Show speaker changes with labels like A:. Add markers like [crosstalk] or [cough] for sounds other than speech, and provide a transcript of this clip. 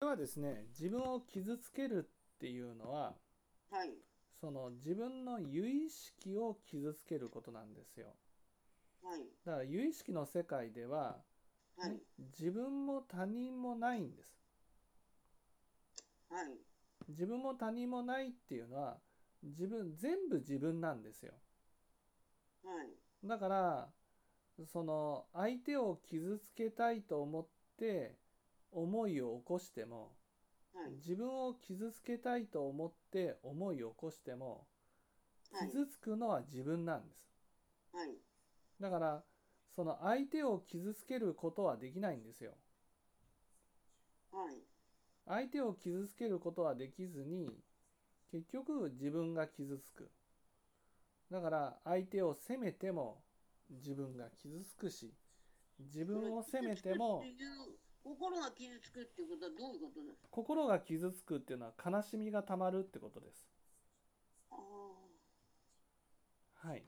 A: はですね自分を傷つけるっていうのは
B: はい。
A: その自分の由意識を傷つけることなんですよ
B: はい。
A: だから由意識の世界では、
B: はい
A: ね。自分も他人もないんです
B: はい。
A: 自分も他人もないっていうのは自分全部自分なんですよ
B: はい。
A: だからその相手を傷つけたいと思って思いを起こしても
B: はい。
A: 自分を傷つけたいと思って思いを起こしても
B: はい。
A: 傷つくのは自分なんです
B: はい。
A: だからその相手を傷つけることはできないんですよ
B: はい。
A: 相手を傷つけることはできずに結局自分が傷つくだから相手を責めても自分が傷つくし自分を責めて
B: [laughs]
A: も
B: 心が傷つくっていうことはどういうことですか
A: 心が傷つくっていうのは悲しみがたまるってことです
B: ああ。
A: はい